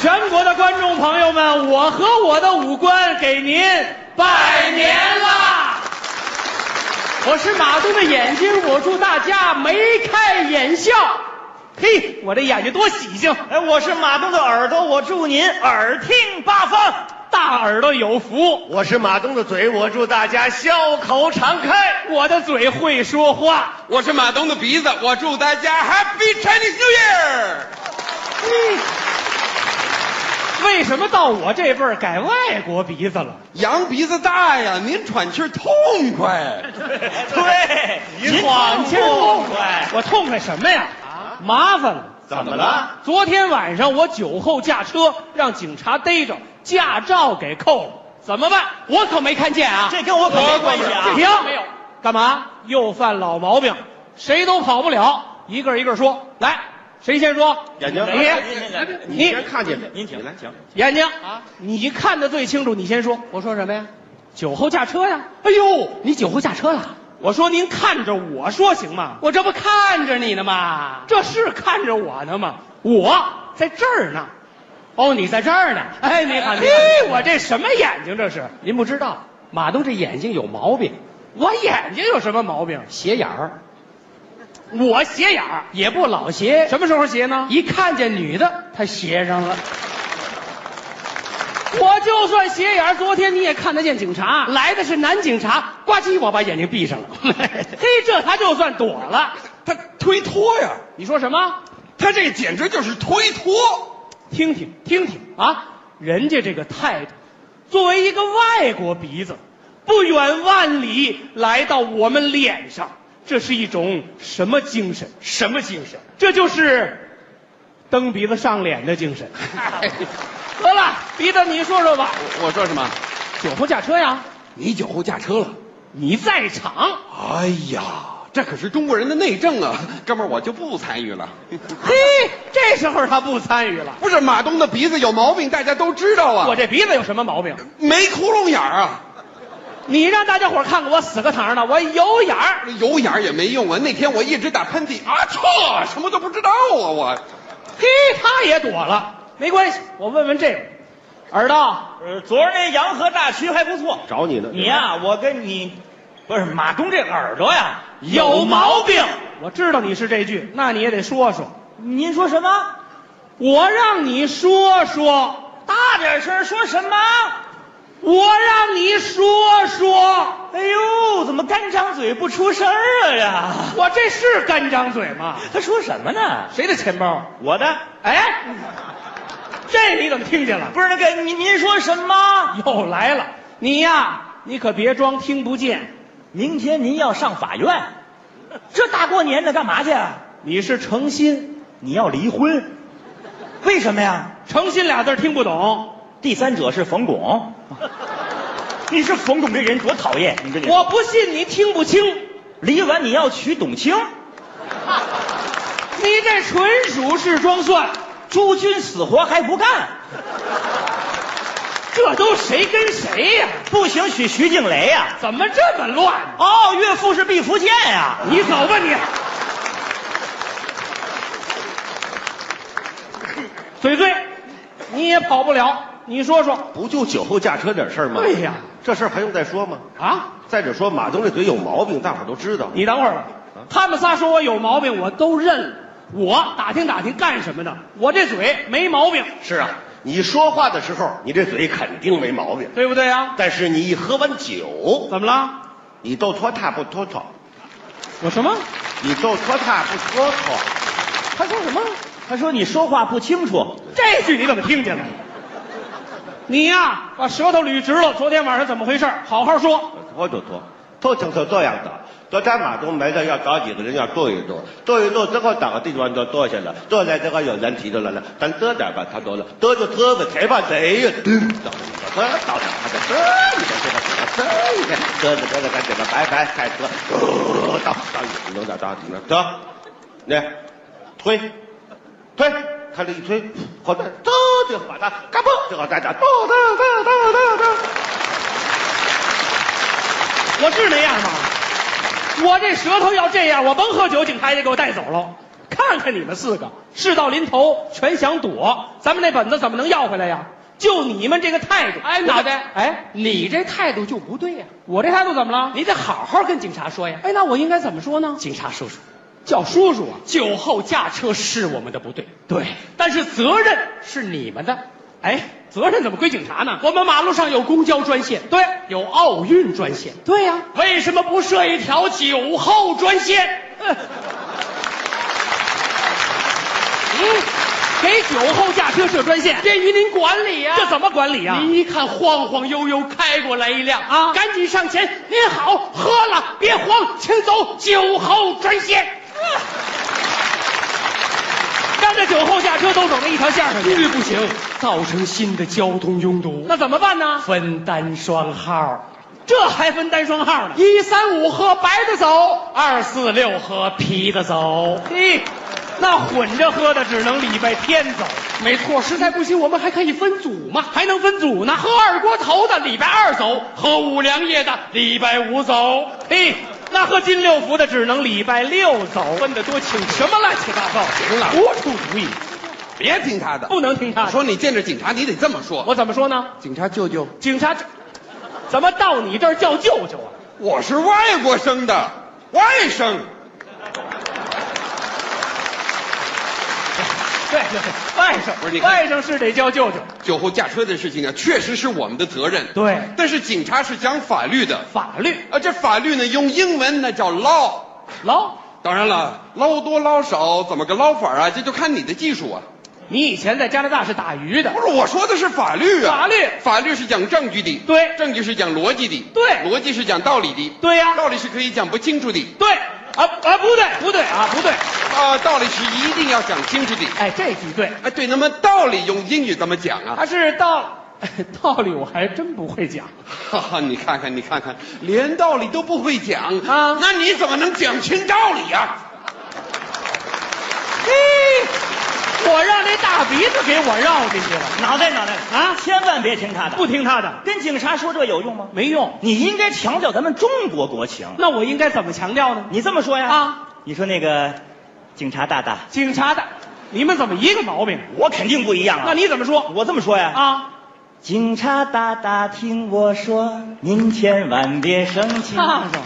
全国的观众朋友们，我和我的五官给您拜年啦！我是马东的眼睛，我祝大家眉开眼笑。嘿，我这眼睛多喜庆！哎，我是马东的耳朵，我祝您耳听八方。大耳朵有福，我是马东的嘴，我祝大家笑口常开。我的嘴会说话。我是马东的鼻子，我祝大家 Happy Chinese New Year。为什么到我这辈儿改外国鼻子了？羊鼻子大呀，您喘气儿痛快。 对，您啊闯喘气儿痛快，我痛快什么呀？麻烦了。怎么了？昨天晚上我酒后驾车，让警察逮着，驾照给扣了，怎么办？我可没看见啊！这跟我可没关系啊！停，没有，干嘛？又犯老毛病，谁都跑不了，一个一个说，来，谁先说？眼睛你你你先看见的，您请，您请。眼睛啊，你看得最清楚，你先说。我说什么呀？酒后驾车呀！哎呦，你酒后驾车了？我说您看着我说行吗？我这不看着你呢吗？这是看着我呢吗？我在这儿呢。哦，你在这儿呢？哎，你好，你好。我这什么眼睛这是？您不知道，马东这眼睛有毛病，我眼睛有什么毛病？斜眼儿，我斜眼儿，也不老斜，什么时候斜呢？一看见女的，他斜上了。我就算斜眼儿，昨天你也看得见警察。来的是男警察，呱唧，我把眼睛闭上了。 嘿，这他就算躲了。他推脱呀，你说什么？他这简直就是推脱。听听听听啊，人家这个态度，作为一个外国鼻子，不远万里来到我们脸上，这是一种什么精神？什么精神？这就是蹬鼻子上脸的 精神。得了，鼻子，你说说吧，我我说什么？酒后驾车呀？你酒后驾车了？你在场？哎呀，这可是中国人的内政啊，哥们儿，我就不参与 了。嘿，这时候他不参与了。不是马东的鼻子有毛病，大家都知道啊。我这鼻子有什么毛病？没窟窿眼儿啊，你让大家伙儿看看我死个堂呢，我有眼儿。有眼儿也没用啊。那天我一直打喷嚏，啊错，什么都不知道啊我。嘿，他也躲了，没关系，我问问这个，耳朵，呃，昨儿那洋河大曲还不错。找你呢。你呀、我跟你，不是马东这耳朵呀有毛病。我知道你是这句，那你也得说说，您说什么？我让你说说，大点声，说什么？我让你说说，哎呦，怎么干张嘴不出声儿啊？我这是干张嘴吗？这他说什么呢？谁的钱包？我的哎，这你怎么听见了？不是那个您您说什么？又来了，你呀，你可别装听不见，明天您要上法院，这大过年的干嘛去啊？你是诚心，你要离婚？为什么呀？诚心俩字儿听不懂，第三者是冯巩。你是冯巩这人多讨厌！你这人，我不信你听不清。离完你要娶董卿，你这纯属是装蒜，朱军死活还不干，这都谁跟谁呀、不行娶徐静蕾呀、怎么这么乱？哦，岳父是毕福剑呀、你走吧你！嘴醉，你也跑不了。你说说不就酒后驾车点事儿吗？对呀这事儿还用再说吗？啊？再者说，马东这嘴有毛病，大伙儿都知道。你等会儿吧。他们仨说我有毛病，我都认了。我打听打听干什么的？我这嘴没毛病，是啊，你说话的时候，你这嘴肯定没毛病，对不对啊？但是你一喝完酒，怎么了？你都拖沓不拖拖，我什么？你都拖沓不拖拖。他说什么？他说你说话不清楚，这句你怎么听见了？你呀、把舌头捋直了。昨天晚上怎么回事？好好说。拖就拖，拖就是这样的。昨天马东没事要找几个人要坐一坐，坐一坐之后找个地方就坐下了，坐在这个有人提出来了，咱这点吧，他说了，这就这个谁吧谁呀，真的，这到哪他这这这这这这这这赶紧的，拜拜，开车，到到有点到你了，走，来，推，推，他这一推，好的，走就把他嘎嘣就给大家，哒哒哒哒哒。我是那样吗？我这舌头要这样，我甭喝酒，警察也得给我带走了。看看看你们四个，事到临头全想躲，咱们那本子怎么能要回来呀？就你们这个态度，哎，我脑袋，哎，你这态度就不对呀、我这态度怎么了？你得好好跟警察说呀。哎，那我应该怎么说呢？警察叔叔，叫叔叔啊。酒后驾车是我们的不对，对，但是责任是你们的。哎，责任怎么归警察呢？我们马路上有公交专线，对，有奥运专线，对呀、为什么不设一条酒后专线？呃嗯，给酒后驾车设专线，便于您管理呀、这怎么管理呀、您一看晃晃悠悠开过来一辆啊赶紧上前，您好，喝了别慌，请走，酒后专线。让这酒后驾车都走那一条线上去，这不行，造成新的交通拥堵。那怎么办呢？分单双号，这还分单双号呢？一三五喝白的走，二四六喝啤的走。嘿，那混着喝的只能礼拜天走，没错，实在不行我们还可以分组嘛。还能分组呢。喝二锅头的礼拜二走，喝五粮液的礼拜五走。嘿，那喝金六福的只能礼拜六走，分得多清楚，什么乱七八糟？行了，胡出主意，别听他的。不能听他我的。说你见着警察，你得这么说。我怎么说呢？警察舅舅，警察，怎么到你这儿叫舅舅啊？我是外国生的，外甥。对对对，外甥不是你看外甥是得叫舅舅。酒后驾车的事情啊，确实是我们的责任。对但是警察是讲法律的，法律啊，这法律呢，用英文那叫 law。老，当然了，捞多捞少，怎么个捞法啊？这就看你的技术啊。你以前在加拿大是打鱼的不，是我说的是法律啊，法律法律是讲证据的，对证据是讲逻辑的，对逻辑是讲道理的，对呀道理是可以讲不清楚的，对啊啊，不对不对啊不对，啊，道理是一定要讲清楚的。哎，这句对，哎，对，那么道理用英语怎么讲啊？他是道 道理我还真不会讲。哈哈，你看看，你看看，连道理都不会讲啊那你怎么能讲清道理啊？嘿，我让那大鼻子给我绕进去了，脑袋脑袋啊千万别听他的，不听他的跟警察说这有用吗？没用。你应该强调咱们中国国情。那我应该怎么强调呢？你这么说呀？啊，你说那个警察大大，警察的，你们怎么一个毛病？我肯定不一样啊。那你怎么说我这么说呀？啊？警察大大，听我说，您千万别生气。那种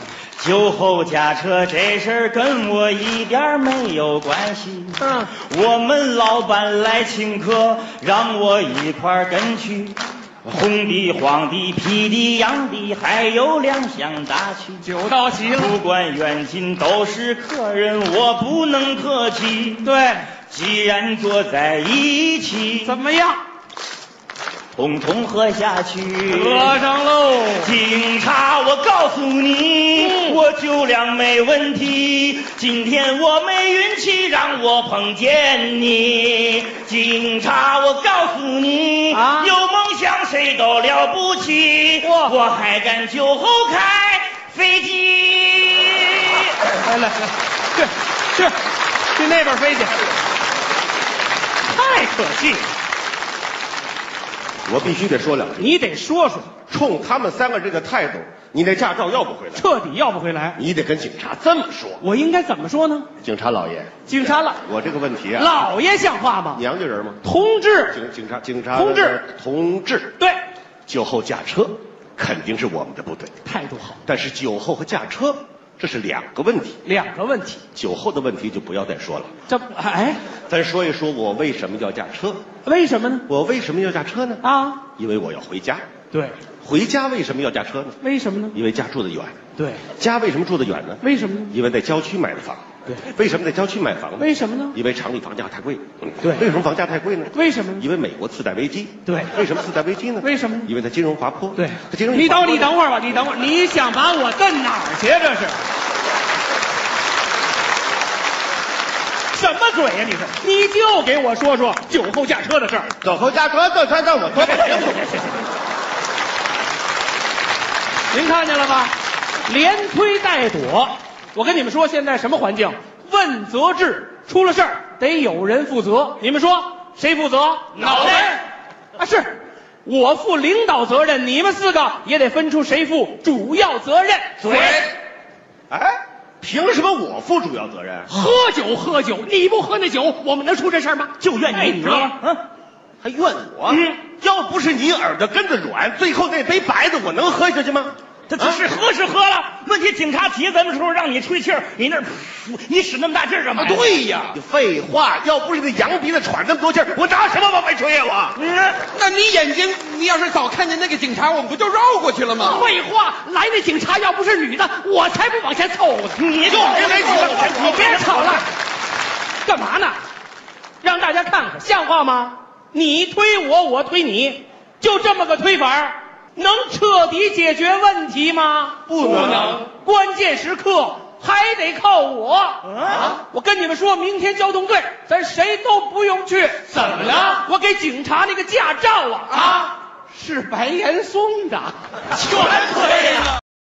酒后驾车这事儿跟我一点儿没有关系。嗯，我们老板来请客，让我一块儿跟去。红的、黄的、啤的、洋的，还有两箱大曲。酒到齐了，不管远近都是客人，我不能客气。对，既然坐在一起，怎么样？统统喝下去。合上喽。警察，我告诉你，嗯我酒量没问题。今天我没运气，让我碰见你。警察，我告诉你，啊有梦想谁都了不起。哇我还敢酒后开飞机。哎来来来，去去去那边飞去，太可惜了。我必须得说两句，你得说说，冲他们三个这个态度，你那驾照要不回来，彻底要不回来，你得跟警察这么说。我应该怎么说呢？警察老爷，警察老我这个问题啊，老爷像话吗？娘家人吗？同志，警警察警察同志同志，对，酒后驾车肯定是我们的不对，态度好。但是酒后和驾车这是两个问题，两个问题，酒后的问题就不要再说了。这哎，咱说一说我为什么要驾车？为什么呢？我为什么要驾车呢？啊，因为我要回家。对，回家为什么要驾车呢？为什么呢？因为家住得远。对，家为什么住得远呢？为什么呢？因为在郊区买的房。对，为什么在郊区买房呢？为什么呢因为城里房价太贵。嗯对为什么房价太贵呢？为什么呢？因为美国次贷危机。对为什么次贷危机呢？为什么呢因为它金融滑坡。对它金，融你一滑等坡你等会儿吧，你等会儿，你想把我蹬哪儿去？这是什么嘴呀、你是，你就给我说说酒后驾车的事儿。走后驾车，这车让我坐。您看见了吧？连推带躲。我跟你们说，现在什么环境？问责制，出了事儿得有人负责。你们说谁负责？脑袋啊，是我负领导责任，你们四个也得分出谁负主要责任。嘴哎，凭什么我负主要责任？喝酒喝酒，你不喝那酒，我们能出这事儿吗？就怨哎你，你得了嗯，还怨我？嗯要不是你耳朵根子软，最后那杯白的我能喝下去吗？这只是喝是喝了，问题警察提咱们时候让你吹气儿，你那儿噗你使那么大劲儿干嘛？啊，对哎呀，你废话，要不是那羊鼻子喘那么多气儿，我拿什么往外吹呀、我？嗯，那你眼睛，你要是早看见那个警察，我们不就绕过去了吗？废话，来那警察要不是女的，我才不往前凑呢。你就别来你你别吵了，干嘛呢？让大家看看，像话吗？你推我，我推你，就这么个推法儿，能彻底解决问题吗？不能关键时刻还得靠我。啊啊！我跟你们说，明天交通队咱谁都不用去。怎么了？我给警察那个驾照啊啊，是白岩松的。全可以了。